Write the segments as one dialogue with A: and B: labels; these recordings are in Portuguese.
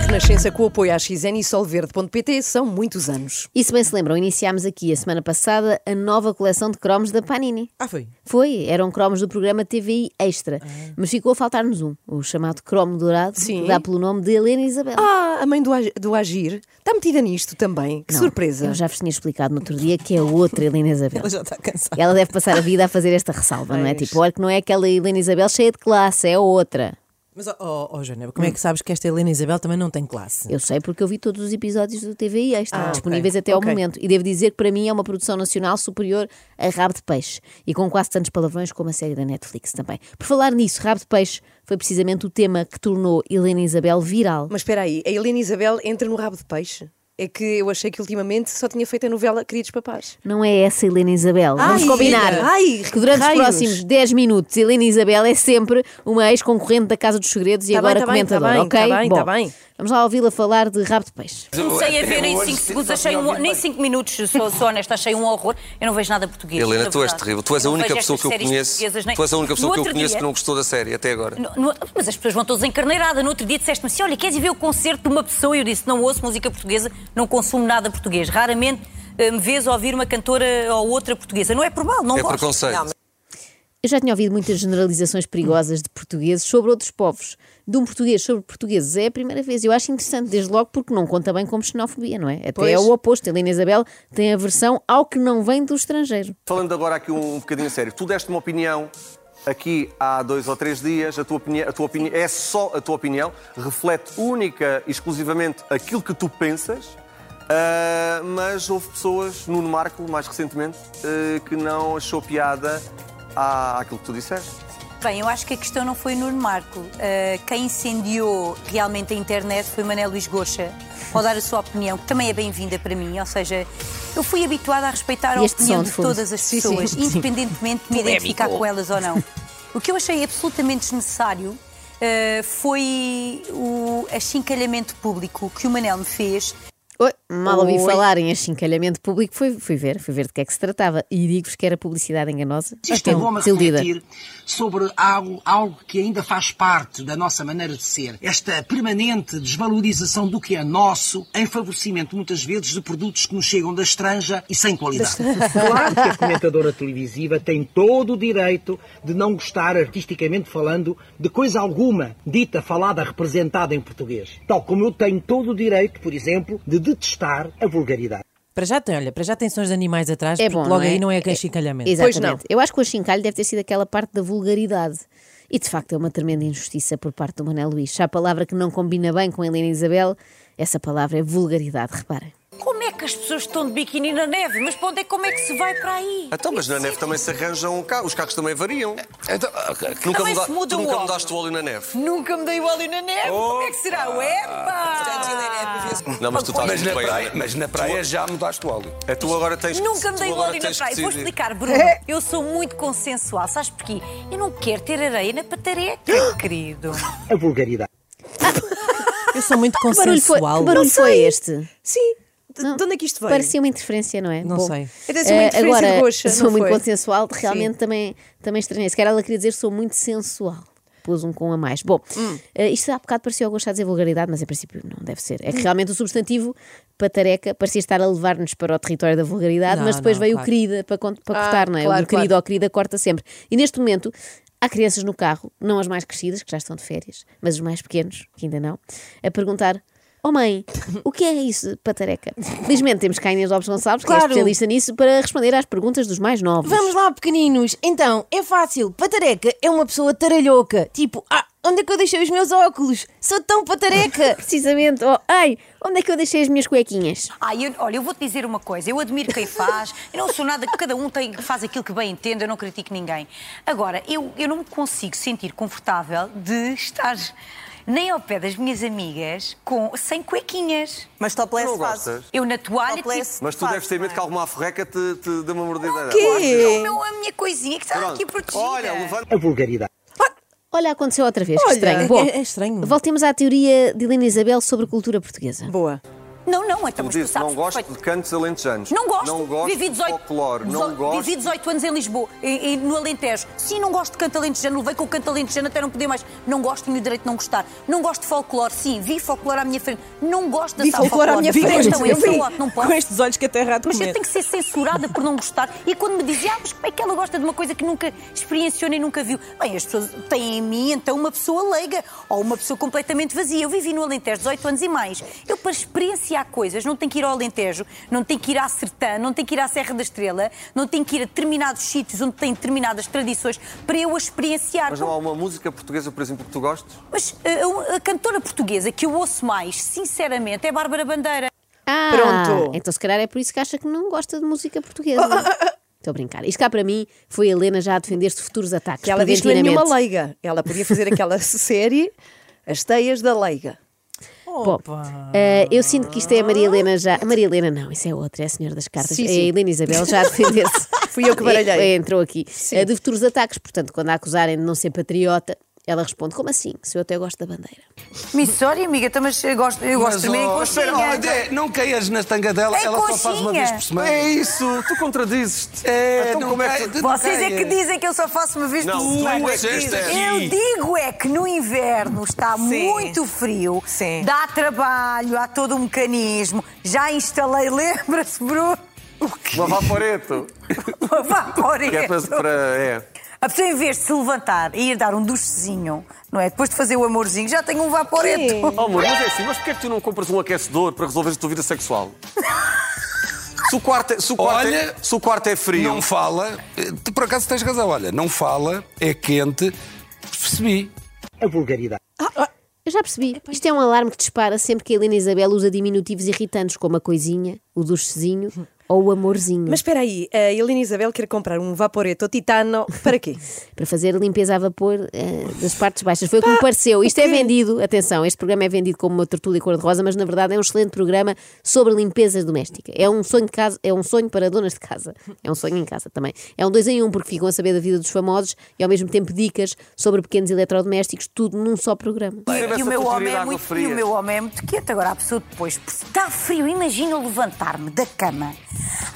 A: Renascença com o apoio à XN e Solverde.pt são muitos anos.
B: E se bem se lembram, iniciámos aqui a semana passada a nova coleção de cromos da Panini.
C: Ah, foi.
B: Foi, eram cromos do programa TVI Extra, mas ficou a faltar-nos um, o chamado cromo dourado,
A: Ah. Sim.
B: que dá pelo nome de Helena Isabel.
A: Ah, a mãe do, Ag- do Agir está metida nisto também. Que
B: Não,
A: surpresa.
B: Eu já vos tinha explicado no outro dia que é outra Helena Isabel.
C: Ela já tá está cansada.
B: Ela deve passar a vida a fazer esta ressalva, não é?
A: Pois.
B: Tipo, olha que não é aquela Helena Isabel cheia de classe, é outra.
C: Mas, ó, ó, ó, Joana, como é que sabes que esta Helena Isabel também não tem classe?
B: Hum. Eu sei porque eu vi todos os episódios do TVI Extra,
A: Ah,
B: disponíveis
A: ok,
B: até ao
A: ok.
B: momento. E devo dizer que para mim é uma produção nacional superior a Rabo de Peixe. E com quase tantos palavrões como a série da Netflix também. Por falar nisso, Rabo de Peixe foi precisamente o tema que tornou Helena Isabel viral.
A: Mas espera aí, a Helena Isabel entra no rabo de peixe? É que eu achei que ultimamente só tinha feito a novela Queridos Papás.
B: Não é essa Helena Isabel. Vamos
A: Ai,
B: combinar.
A: ai,
B: que durante
A: raios.
B: os próximos 10 minutos, Helena Isabel é sempre uma ex-concorrente da Casa dos Segredos e
A: Tá bem,
B: agora
A: tá bem, tá
B: comentadora,
A: bem,
B: ok?
A: tá bem,
B: Bom,
A: tá bem.
B: Vamos lá ouvi-la falar de Rabo de Peixe.
D: Comecei a ver em 5 segundos, achei um, nem 5 minutos, sou, sou honesta, achei um horror. Eu não vejo nada português.
E: Helena,
D: na
E: tu és
D: verdade.
E: terrível. Tu és a
D: Eu não
E: única
D: vejo
E: pessoa
D: estas
E: que eu
D: séries
E: conheço.
D: portuguesas, nem-
E: Tu és a única
D: No
E: pessoa que eu
D: outro
E: conheço
D: dia-
E: que não gostou da série até agora. É
D: No- no- mas as pessoas vão todas encarneiradas. No outro dia disseste-me assim: olha, queres ir ver o concerto de uma pessoa? E eu disse: não ouço música portuguesa, não consumo nada português. Raramente eh, me vês ouvir uma cantora ou outra portuguesa. Não é por mal, não
E: é
D: gosto.
E: preconceito.
C: Não, mas-
B: Eu já tinha ouvido muitas generalizações perigosas de portugueses sobre outros povos. De um português sobre portugueses é a primeira vez. Eu acho interessante, desde logo, porque não conta bem como xenofobia, não é? Até
A: Pois.
B: é o oposto. Helena Isabel tem aversão ao que não vem do estrangeiro.
F: Falando agora aqui um, um bocadinho a sério, tu deste uma opinião aqui há dois ou três dias, a tua opinião, a tua opinião é só a tua opinião, reflete única e exclusivamente aquilo que tu pensas, ah, mas houve pessoas, Nuno Marco, mais recentemente, ah, que não achou piada à, àquilo que tu disseste.
D: Bem, eu acho que a questão não foi Nuno Marco. Uh, quem incendiou realmente a internet foi Mané Luís Goxa, ao dar a sua opinião, que também é bem-vinda para mim. Ou seja, eu fui habituada a respeitar a
B: E este
D: opinião
B: som
D: de
B: de fundo?
D: todas as
A: Sim,
D: pessoas,
A: sim.
D: independentemente de me identificar com elas ou não. O que eu achei absolutamente desnecessário uh, foi o achincalhamento público que o Manel me fez
B: Oi, mal ouvi
A: Oi.
B: falar em achincalhamento público, fui, fui ver, fui ver de que é que se tratava. E digo-vos que era publicidade enganosa.
G: é
H: Existe
B: Então,
H: bom a
B: desiludida.
H: é refletir sobre algo, algo que ainda faz parte da nossa maneira de ser. Esta permanente desvalorização do que é nosso, em favorecimento muitas vezes de produtos que nos chegam da estranja e sem qualidade.
G: Claro que a comentadora televisiva tem todo o direito de não gostar, artisticamente falando, de coisa alguma dita, falada, representada em português. Tal como eu tenho todo o direito, por exemplo, de detestar a vulgaridade.
C: Para já tem, olha, para já tem sons de animais atrás,
B: É
C: porque
B: bom,
C: logo
B: não é?
C: aí não é que é chincalhamento.
A: Pois
B: Exatamente. Eu acho que o achincalho deve ter sido aquela parte da vulgaridade. E de facto é uma tremenda injustiça por parte do Mané Luís. Se há palavra que não combina bem com a Helena Isabel, essa palavra é vulgaridade, reparem.
D: como é que as pessoas estão de biquíni na neve, mas para onde é, como é que se vai para aí?
E: Então, mas na neve também se arranjam carro, os carros também variam.
I: Então, ok.
E: Nunca,
D: Também
E: muda-
D: se muda
E: tu
D: o
E: nunca
D: óleo.
E: mudaste o óleo na neve.
D: Nunca me dei o óleo na neve. Como é que será? Uepa!
E: Não, mas tu estás
I: mas,
E: muito
I: na
E: bem.
I: praia,
E: Ana.
I: mas na praia já mudaste o óleo.
E: É tu agora tens que-
D: Nunca me dei
E: tu
D: o
E: agora
D: óleo na
E: tens que
D: praia. Vou
E: decidir.
D: explicar, Bruno. Eu sou muito consensual. Sabes porquê? Eu não quero ter areia na patareca, querido.
G: A vulgaridade.
C: Eu sou muito
B: Que barulho foi,
C: consensual.
B: que barulho foi
A: sei.
B: este?
A: Sim, de, de onde é que isto veio?
B: Parecia uma interferência, não é?
C: Não sei.
A: Até sou uma
B: eh,
A: interferência
B: agora,
A: de roxa,
B: Sou
A: não
B: muito
A: foi?
B: consensual, realmente também, também estranhei. Se calhar ela queria dizer sou muito sensual. Pôs um com a mais. Bom,
A: Hum.
B: eh, isto há bocado parecia ao gosto a dizer vulgaridade, mas em princípio não deve ser.
A: Hum.
B: É que realmente o substantivo patareca parecia estar a levar-nos para o território da vulgaridade,
C: Não,
B: mas depois
C: não,
B: veio o
C: claro.
B: querida para, cont- para cortar, não é?
A: Ah, claro,
B: o querido
A: claro.
B: ou querida corta sempre. E neste momento. Há crianças no carro, não as mais crescidas, que já estão de férias, mas os mais pequenos, que ainda não, a perguntar: Oh mãe, o que é isso, de patareca? Felizmente temos cá Inês Lopes Gonçalves, que é
J: Claro.
B: especialista nisso, para responder às perguntas dos mais novos.
J: Vamos lá, pequeninos. Então, é fácil. Patareca é uma pessoa taralhoca. Tipo, ah, onde é que eu deixei os meus óculos? Sou tão patareca.
B: Precisamente, oh, ai, onde é que eu deixei as minhas cuequinhas?
D: Ah, eu- olha, eu vou-te dizer uma coisa. Eu admiro quem faz. Eu não sou nada que cada um tem, faz aquilo que bem entende. Eu não critico ninguém. Agora, eu, eu não me consigo sentir confortável de estar nem ao pé das minhas amigas com, sem cuequinhas.
K: Mas topless
E: Não
K: faz.
E: gostas?
D: Eu na toalha...
K: Topless
D: tipo,
E: Mas tu
K: Faz,
E: deves ter medo
K: não é?
E: que alguma aforreca te, te dê uma mordida.
D: o meu- a minha coisinha que está aqui
E: Pronto.
D: protegida.
E: Olha, levanta.
G: A vulgaridade.
B: Olha, aconteceu outra vez, que
C: Olha,
B: estranho. Bom,
C: é- é estranho.
B: Voltemos à teoria de Helena Isabel sobre cultura portuguesa.
A: Boa.
D: Não, não,
F: Tu
D: então, mas tu
F: disse,
D: sabes
F: não gosto
D: perfeito-
F: de cantos alentejanos.
D: Não gosto.
F: Não gosto
D: vivi
F: de
D: 18,
F: folclore. Não
D: dezo- Vivi
F: gosto.
D: 18 anos em Lisboa, em, em- no Alentejo. Sim, não gosto de canto alentejano. Levei com o canto alentejano até não poder mais. Não gosto, tenho o direito de não gostar. Não gosto de folclore. Sim, vi folclore à minha frente. Não gosto de
A: Vi
D: dançar
A: folclore à minha
D: Então,
A: frente.
D: Então,
A: Eu
D: esse é
A: vi.
D: o outro, não
A: Com
D: posso.
A: estes olhos que
C: é
A: a terra há de
D: Mas eu
A: comer.
D: tenho é que ser censurada por não gostar. E quando me dizem, ah, mas como é que ela gosta de uma coisa que nunca experienciou nem nunca viu? Bem, as pessoas têm em mim, então, uma pessoa leiga ou uma pessoa completamente vazia. Eu vivi no Alentejo 18 anos e mais. Eu, para experienciar coisas, não tenho que ir ao Alentejo, não tenho que ir à Sertã, não tenho que ir à Serra da Estrela, não tenho que ir a determinados sítios onde têm determinadas tradições para eu a experienciar.
F: Mas não há uma música portuguesa, por exemplo, que tu gostes?
D: Mas uh, a cantora portuguesa que eu ouço mais, sinceramente, é Bárbara Bandeira.
B: Ah,
A: Pronto. Ah,
B: Então, se calhar é por isso que acha que não gosta de música portuguesa. Estou a brincar. Isto cá para mim foi a Helena já a defender-se de futuros ataques.
A: Que ela diz que não é
B: repentinamente.
A: nenhuma leiga. Ela podia fazer aquela série As Teias da Leiga.
B: Bom, eh, eu sinto que isto é a Maria Helena já. A Maria Helena não, isso é outra, é a Senhora das Cartas.
A: Sim,
B: é
A: sim.
B: a Helena Isabel já a defender-se.
A: Fui eu que baralhei.
B: Eh, eh, entrou aqui. Eh, de futuros ataques, portanto, quando a acusarem de não ser patriota, ela responde: como assim? Se eu até gosto da bandeira.
D: Missória, amiga, então, mas eu gosto, eu gosto também é
I: oh,
D: com
I: espera, oh, André, não caias na estanga dela,
D: Em
I: ela só faz uma
D: coxinha.
I: vez por semana.
F: É isso, tu contradizes-te.
I: É,
F: então
I: não
F: como é
I: cai-
F: que tu...
I: não
D: Vocês é que
I: caias.
D: dizem que eu só faço uma vez
F: Não,
D: por
F: tu
D: semana.
F: é que dizes.
D: Eu digo é que no inverno está
C: Sim.
D: muito frio,
C: Sim.
D: dá trabalho, há todo um mecanismo. Já instalei, lembra-se, Bruno? O que?
F: Uma vaporeto. Que é para... para- é.
D: A pessoa, em vez de se levantar e ir dar um duchezinho, não é? Depois de fazer o amorzinho, já tem um vaporeto.
F: Oh, amor, mas é assim, mas porquê é que tu não compras um aquecedor para resolveres a tua vida sexual? Se o quarto é, se o quarto
I: Olha,
F: é, se o quarto é frio,
I: Não fala, eh, tu por acaso tens razão, olha, não fala, é quente, percebi.
G: A vulgaridade.
B: Eu já percebi. Isto é um alarme que dispara sempre que a Helena Isabel usa diminutivos irritantes, como a coisinha, o duchezinho
A: Hum.
B: ou o amorzinho.
A: Mas espera aí, a Helena Isabel quer comprar um Vaporeto Titano. Para quê?
B: para fazer limpeza a vapor eh, das partes baixas. Foi o que me pareceu. Isto é vendido, atenção, este programa é vendido como uma tertúlia cor-de-rosa, mas na verdade é um excelente programa sobre limpeza doméstica. É um sonho de casa, é um sonho para donas de casa. É um sonho em casa também. É um dois em um porque ficam a saber da vida dos famosos e ao mesmo tempo dicas sobre pequenos eletrodomésticos, tudo num só programa.
F: tivesse
D: E o,
F: a fugir
D: meu homem
F: de
D: é
F: água
D: muito,
F: fria.
D: e o meu homem é muito quieto. Agora a pessoa depois, porque está frio, imagina eu levantar-me da cama.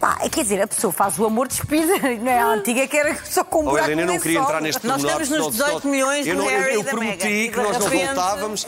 D: Pá, é, quer dizer, a pessoa faz o amor despida, não é? A antiga que era só com um
F: Oh,
D: buraco
F: Helena, eu não
D: no
F: queria
D: lençol.
F: entrar neste
K: Nós
F: pormenor,
K: estamos nos
F: senão-
K: 18
F: senão-
K: milhões
F: eu, não,
K: do
F: eu,
K: Harry
F: eu
K: da
F: prometi
K: Meghan. E
F: que nós
K: de
F: não
K: repente-
F: voltávamos.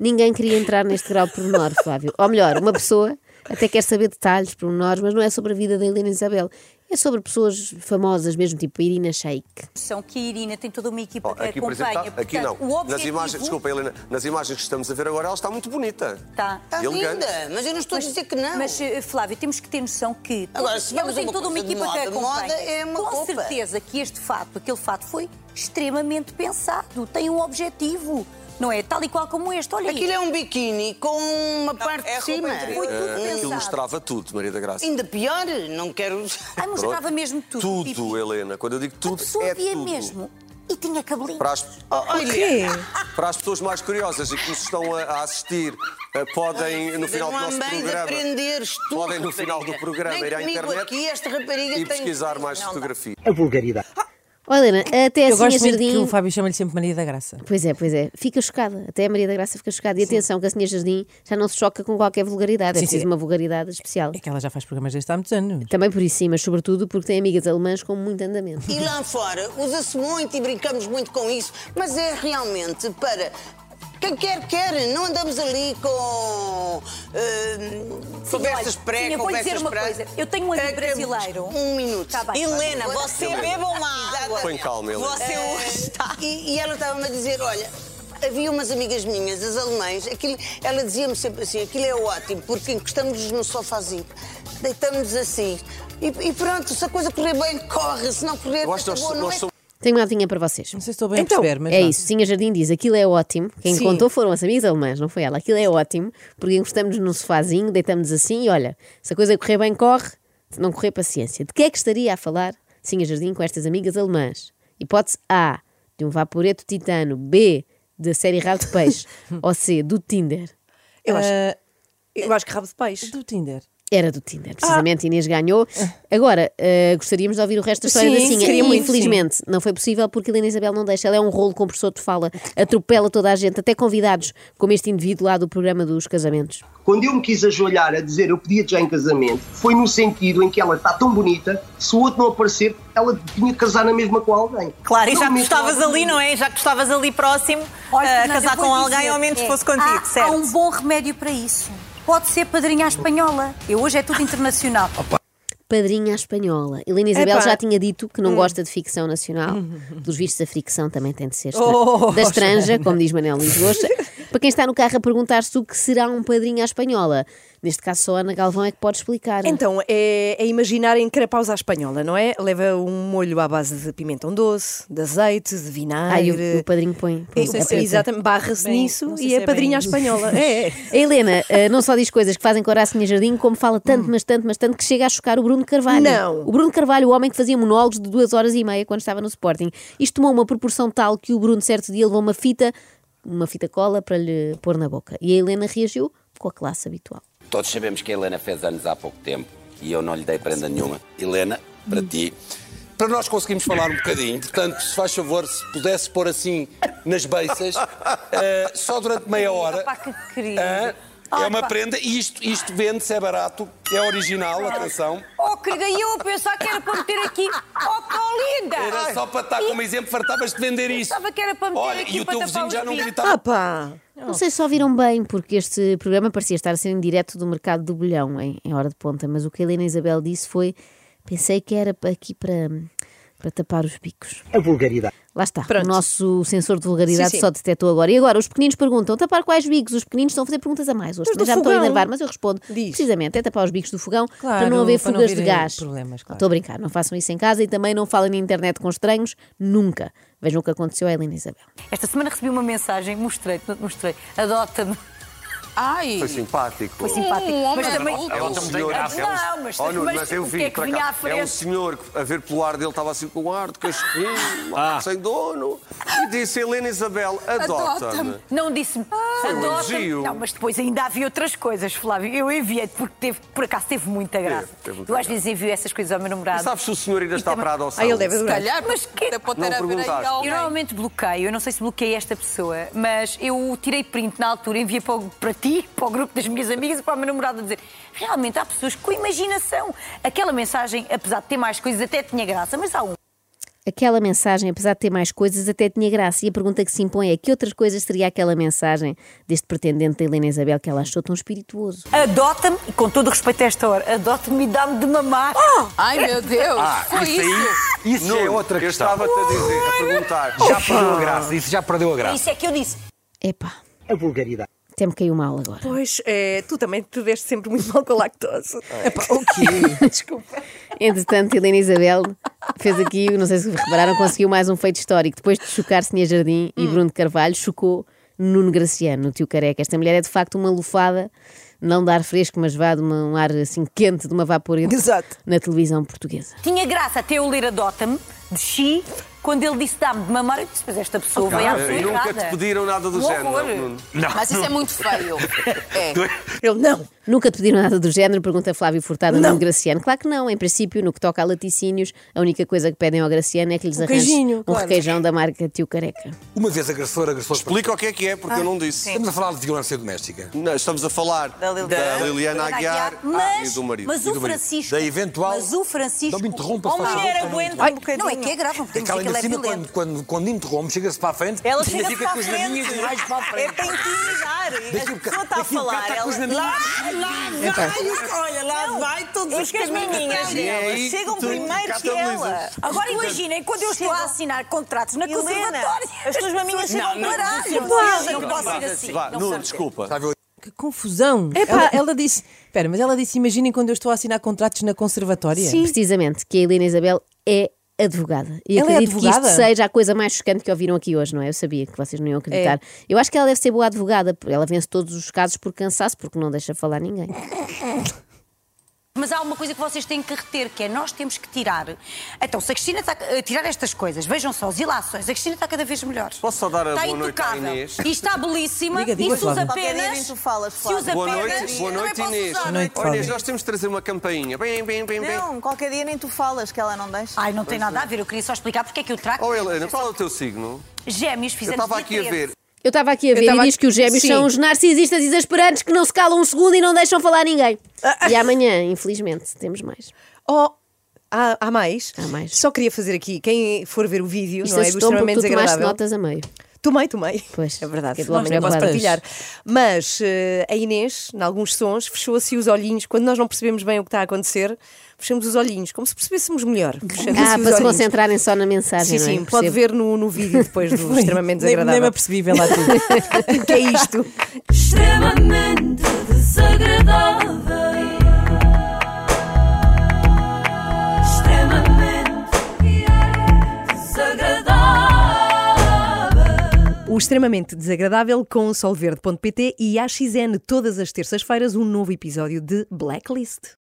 B: Ninguém queria entrar neste grau de pormenor, Flávio. Ou melhor, uma pessoa até quer saber detalhes, pormenores, mas não é sobre a vida da Helena Isabel. É sobre pessoas famosas mesmo, tipo Irina Shayk.
D: São que a Irina tem toda uma equipa é
F: Oh,
D: que
F: aqui, por exemplo,
D: acompanha.
F: está- aqui
D: Portanto, O
F: não. Nas
D: objetivo-
F: imagens, desculpa, Helena, nas imagens que estamos a ver agora, ela está muito bonita.
D: Está.
K: Está
F: Elegante.
K: Tá linda, mas eu não estou a dizer que não.
D: Mas, eh, Flávio, temos que ter noção que
K: Agora,
D: todos-
K: se vamos
D: ela
K: a
D: tem
K: uma
D: toda uma
K: coisa de
D: equipa que a
K: moda, moda
D: acompanha.
K: é uma
D: Com
K: roupa.
D: certeza que este fato, aquele fato, foi extremamente pensado, tem um objetivo, não é? Tal e qual como este. Olha aí.
K: Aquilo é um biquíni com uma parte
D: é
K: de cima.
D: roupa interior. Muito
F: Eh, Aquilo
D: pensado.
F: mostrava tudo, Maria da Graça.
K: Ainda pior, não quero.
D: Ai, mostrava mesmo tudo.
F: Tudo,
D: Pipi.
F: Helena. Quando eu digo
D: A
F: tudo,
D: pessoa
F: é
D: via
F: tudo.
D: mesmo e tinha cabelinho.
F: Para as,
A: O
K: Olha,
A: quê?
F: para as pessoas mais curiosas e que nos estão a, a assistir, eh, podem, no final do
K: não há
F: nosso
K: um bem de
F: programa,
K: aprender estudo.
F: podem, no final do programa,
K: Nem
F: ir à
K: comigo
F: internet
K: aqui, esta rapariga
F: e
K: tem-
F: pesquisar mais
K: Não dá.
F: fotografia.
G: A vulgaridade.
B: Oh, Helena, até
C: Eu
B: assim a
C: gosto muito
B: Jardim.
C: que o Fábio chama-lhe sempre Maria da Graça.
B: Pois é, pois é. Fica chocada. Até a Maria da Graça fica chocada. E atenção, que a Senhora Jardim já não se choca com qualquer vulgaridade. é
C: Sim,
B: preciso
C: sim.
B: uma vulgaridade especial.
C: É que ela já faz programas desde há muitos anos.
B: Também por isso, sim, mas sobretudo porque tem amigas alemãs com muito andamento.
K: E lá fora usa-se muito e brincamos muito com isso, mas é realmente para. Quem quer, quer. Não andamos ali com. Uh,
D: Sim,
K: conversas
D: olha,
K: pré,
D: sim, eu vou
K: conversas
D: dizer uma
K: pré.
D: coisa. Eu tenho um amigo
K: Acabamos.
D: brasileiro.
K: Um minuto.
D: Tá bem.
K: Helena, você beba uma água.
F: Põe calma, Helena.
K: Você está. E, e ela estava-me a dizer: olha. Havia umas amigas minhas, as alemães, aquilo, ela dizia-me sempre assim: aquilo é ótimo, porque encostamos-nos no sofazinho, deitamos assim, e, e pronto, se a coisa correr bem, corre, se não correr,
F: Eu acho que nós,
K: acabou, não
F: nós
K: é
F: somos
B: Tenho uma notinha para vocês.
C: Não sei se estou bem a perceber, mas.
B: é
C: vá.
B: isso, Sim, a Jardim diz, aquilo é ótimo. Quem
A: Sim.
B: contou foram as amigas alemãs, não foi ela. Aquilo é ótimo, porque encostamos num sofazinho, deitamos assim e olha, se a coisa correr bem, corre, se não correr, paciência. De que é que estaria a falar Sim, a Jardim com estas amigas alemãs? Hipótese A, de um vaporeto titano, B, da série Rabo de Peixe, ou C, do Tinder.
A: Eu acho,
C: Ah,
A: Eh, eu acho que rabo de peixe.
C: do Tinder.
B: Era do Tinder, precisamente. Inês ganhou. Agora, eh, gostaríamos de ouvir o resto da história
A: Sim,
B: da Sinha.
A: queria muito,
B: Infelizmente, não foi possível porque a Helena Isabel não deixa. Ela é um rolo compressor de fala, atropela toda a gente, até convidados, como este indivíduo lá do programa dos casamentos.
L: Quando eu me quis ajoelhar a dizer eu pedia-te já em casamento, foi no sentido em que ela está tão bonita, se o outro não aparecer, ela tinha que casar na mesma com alguém.
M: Claro, e já
L: Não
M: que tu
L: mesmo
M: estavas
L: alguém.
M: ali, não é? Já que tu estavas ali próximo a
D: Fernanda,
M: Eh, casar
D: eu vou
M: com
D: dizer,
M: alguém, ao menos
D: é,
M: fosse contigo,
D: há,
M: certo?
D: Há um bom remédio para isso. Pode ser padrinha à espanhola. Eu hoje é tudo internacional.
B: Padrinha à espanhola. Helena Isabel
D: Epá.
B: já tinha dito que não
D: Hum.
B: gosta de ficção nacional. Dos vistos, a ficção também tem de ser estra-
N: Oh,
B: da estranja,
N: Joana.
B: como diz Manel Luís Gosta. Para quem está no carro a perguntar-se o que será um padrinho à espanhola, neste caso só a Ana Galvão é que pode explicar.
A: Então, é, é imaginar em carapaus à espanhola, não é? Leva um molho à base de pimentão doce, de azeite, de
B: Ah, e
A: vinagre.
B: o, o padrinho põe. põe
A: É,
B: a preta.
A: Exatamente, barra-se nisso e é padrinha à espanhola. É, é.
B: A Helena eh, não só diz coisas que fazem com a Sinha Jardim, como fala tanto, mas tanto, mas tanto, que chega a chocar o Bruno Carvalho.
A: Não.
B: O Bruno Carvalho, o homem que fazia monólogos de duas horas e meia quando estava no Sporting. Isto tomou uma proporção tal que o Bruno, certo dia, levou uma fita, uma fita cola para lhe pôr na boca. E a Helena reagiu com a classe habitual.
O: Todos sabemos que a Helena fez anos há pouco tempo e eu não lhe dei prenda nenhuma. Helena, para ti,
I: Para nós conseguirmos falar um bocadinho, portanto, se faz favor, se pudesse pôr assim nas beiças, eh, só durante meia hora.
D: Pá, que querido.
I: Hã?
D: Ai,
I: é uma
D: pá.
I: prenda e isto, isto vende-se, é barato, é original, atenção.
D: Oh, querida, e eu a pensar que era para meter aqui. Oh, Paulinda!
I: Era só para estar como exemplo, fartavas de vender isto.
D: Pensava que era para meter
I: Olha,
D: aqui
I: e o
D: para
I: teu
D: tapar
I: vizinho
D: os
I: já não
D: picos.
A: Ah,
I: gritava.
B: Não sei se ouviram bem, porque este programa parecia estar a ser em direto do mercado do bolhão em, em hora de ponta, mas o que a Helena Isabel disse foi: pensei que era pa- aqui para, para tapar os bicos.
G: A vulgaridade.
B: Lá está, o nosso sensor de vulgaridade
G: Sim, sim.
B: só detectou agora. E agora, os pequeninos perguntam: tapar quais bicos? Os pequeninos estão a fazer perguntas a mais hoje.
A: Os
B: também
A: do
B: já me estão a
A: fogão.
B: enervar, mas eu respondo: precisamente, é tapar os bicos do fogão para
C: Claro,
B: não haver
C: para não
B: fugas de
C: virem
B: gás.
C: problemas, claro.
B: Estou a brincar, não façam isso em casa e também não falem na internet com estranhos, nunca. Vejam o que aconteceu à Helena Isabel.
D: Esta semana recebi uma mensagem, mostrei-te, não te mostrei. Adota-me. Ai!
E: Foi simpático.
D: Foi simpático.
E: Hum,
D: mas
E: homem
D: também.
E: adulto. É um senhor. é um-
D: Não, mas,
E: Oh, Nuno,
D: mas,
E: mas eu
D: o
E: vi
D: que é que
E: para
D: vinha à
E: cá. É um
D: frente?
E: senhor que, a ver pelo ar dele, estava assim com o ar de cachorrinho, um
D: Ah.
E: sem dono. E disse: Helena Isabel, adota-me.
D: Não disse-me.
E: foi um
D: Adota-me.
E: elogio.
D: Não, mas depois ainda havia outras coisas, Flávio. Eu enviei-te porque teve, por acaso teve muita graça.
E: teve muita
D: eu às vezes envio essas coisas ao meu namorado.
E: Sabes se o senhor ainda está para um a adoção?
D: mas que...
E: ter Não haver aí perguntaste. alguém.
D: Eu normalmente bloqueio, eu não sei se bloqueei esta pessoa, mas eu tirei print na altura, enviei para, o- para ti, para o grupo das minhas amigas e para o meu namorado a dizer realmente há pessoas com imaginação. Aquela mensagem, apesar de ter mais coisas, até tinha graça, mas há um.
B: Aquela mensagem, apesar de ter mais coisas, até tinha graça. E a pergunta que se impõe é: que outras coisas seria aquela mensagem deste pretendente da Helena Isabel que ela achou tão espirituoso?
D: Adota-me, e com todo o respeito a esta hora, adota-me e dá-me de mamar.
P: Ai, meu Deus,
D: Ah,
P: foi
D: isso
P: isso?
D: aí-
P: isso
E: Nuno,
P: é outra
E: eu
P: questão.
E: estava-te a dizer, a perguntar.
P: Já
E: Opa!
P: perdeu a graça, isso já perdeu a graça.
D: Isso é que eu disse.
B: Epá,
G: A vulgaridade.
B: até me caiu mal agora.
A: Pois, é, tu também te deste sempre muito mal com a lactose. é? Epá, o
B: Entretanto, Helena Isabel fez aqui, não sei se repararam, conseguiu mais um feito histórico. Depois de chocar Sinha Jardim
E: Hum.
B: e Bruno de Carvalho, chocou Nuno Graciano, o tio careca. Esta mulher é de facto uma lufada, não de ar fresco, mas vá de uma- um ar assim quente, de uma vaporeta na televisão portuguesa.
D: Tinha graça até eu ler Adota-me, de Xi, quando ele disse dá-me de mamar, eu disse, mas esta pessoa
E: Cara,
D: vai à pessoa
E: e nunca
D: errada.
E: te pediram nada do
D: Um
E: género,
D: horror.
E: Nuno.
P: Mas isso é muito feio. É.
B: Ele não. Nunca te pediram nada do género? Pergunta Flávio Furtado a Nuno Graciano. Claro que não. Em princípio, no que toca a laticínios, a única coisa que pedem ao Graciano é que lhes
E: Um
B: arranjes
E: queijinho,
B: um
E: claro.
B: requeijão da marca Tio Careca.
I: Ah, Uma vez agressor, agressor.
E: Explica o que é que é, porque eu não disse.
I: Estamos a falar de violência doméstica.
E: Não, estamos a falar da Liliana, Aguiar, Ah,
D: Mas,
E: e do marido.
D: mas
E: E
D: o
E: do marido.
D: Francisco.
I: Da eventual-
D: Mas o Francisco.
I: Não me interrompas,
D: Oh,
I: faz favor.
D: mulher, aguenta um bocadinho. Não, é que é grave, não
I: É
D: podemos
I: que
D: dizer que
I: ela ainda
D: ele é
I: cima,
D: violento.
I: quando, quando, quando interrompe, chega-se para a frente.
M: Ela
I: ainda
M: chega-se
I: fica
M: para
I: com
M: a
I: as
M: frente.
I: naninhas mais para a frente.
M: É para intimidar.
I: Daqui a
M: A
I: bocado-
M: pessoa está a
I: daqui a bocado
M: falar.
I: está com os
M: ela-
I: naninhos.
M: Lá, lá,
I: Epa.
M: vai, olha, lá vai todos os
D: que as
M: caminhinhos
D: meninas
E: É
M: dela.
D: delas
M: Chegam primeiro que ela.
D: Agora imaginem, quando eu estou a assinar contratos na
M: Helena,
D: conservatória,
M: as tuas maminhas chegam
D: Não, não,
M: ao baralho.
D: não,
M: Vá,
D: não,
M: não
D: não,
M: posso
D: não,
M: ir
D: não,
M: assim.
E: Vá,
M: Não
E: Nuno,
M: sabe.
E: desculpa.
C: Que confusão.
D: Epá.
C: Ela, ela disse. Espera, mas ela disse: imaginem quando eu estou a assinar contratos na conservatória.
B: Precisamente, que a Helena Isabel é advogada. E
C: Ela é
B: acredito que
C: advogada?
B: isto seja a coisa mais chocante que ouviram aqui hoje, não é? Eu sabia que vocês não iam acreditar.
A: É.
B: Eu acho que ela deve ser boa advogada. Ela vence todos os casos por cansaço, porque não deixa falar ninguém.
D: Mas há uma coisa que vocês têm que reter, que é nós temos que tirar. Então, se a Cristina está a tirar estas coisas, vejam só, as ilações, a Cristina está cada vez melhor.
F: Posso só dar a
D: Está
F: boa noite à
D: intocável.
F: Inês?
D: E está belíssima.
F: Diga, diga,
D: e se usa
F: Flávia.
D: apenas.
F: Qualquer dia
K: tu falas,
D: se usa
F: Boa
D: apenas.
F: noite, boa
K: também
F: noite
K: posso
F: Inês.
K: usar. Boa noite,
F: Olha, Inês,
K: Flávia.
F: nós temos de trazer uma campainha. Bem, bem, bem, bem.
K: Não, qualquer dia nem tu falas que ela não deixa.
D: Ai, não tem nada a ver, eu queria só explicar porque é que eu trago.
F: Oh, Helena, qual é o teu signo?
D: Gêmeos,
F: Eu
D: fizemos
F: estava
D: dia
F: aqui a
D: 13.
F: ver.
B: Eu estava aqui a
F: Eu
B: ver e
F: estava
B: diz
F: aqui-
B: que os gêmeos
F: Sim.
B: são os narcisistas exasperantes que não se calam um segundo e não deixam falar ninguém.
A: Ah.
B: E amanhã, infelizmente, temos mais.
A: Oh, há, há mais?
B: Há mais.
A: Só queria fazer aqui, quem for ver o vídeo,
B: Isto
A: não é? Do
B: assustou-me porque
A: extremamente
B: tu tomaste
A: desagradável.
B: notas a meio.
A: Tomei, tomei.
B: Pois,
A: é verdade.
B: fiquei do
A: Não
B: homem
A: posso
B: guarda.
A: partilhar. Mas eh, a Inês, em alguns sons, fechou-se os olhinhos. Quando nós não percebemos bem o que está a acontecer, fechamos os olhinhos, como se percebêssemos melhor. Fechamos assim
B: Ah,
A: os
B: para se
A: olhinhos.
B: concentrarem só na mensagem.
A: Sim,
B: não é?
A: sim, pode
B: Percebo.
A: ver no, no vídeo depois do extremamente
C: Nem- nem
A: desagradável.
C: me apercebi, vê lá
A: tudo. que é isto?
N: Extremamente desagradável. Extremamente desagradável.
A: O extremamente desagradável com solverde.pt e AXN todas as terças-feiras um novo episódio de Blacklist.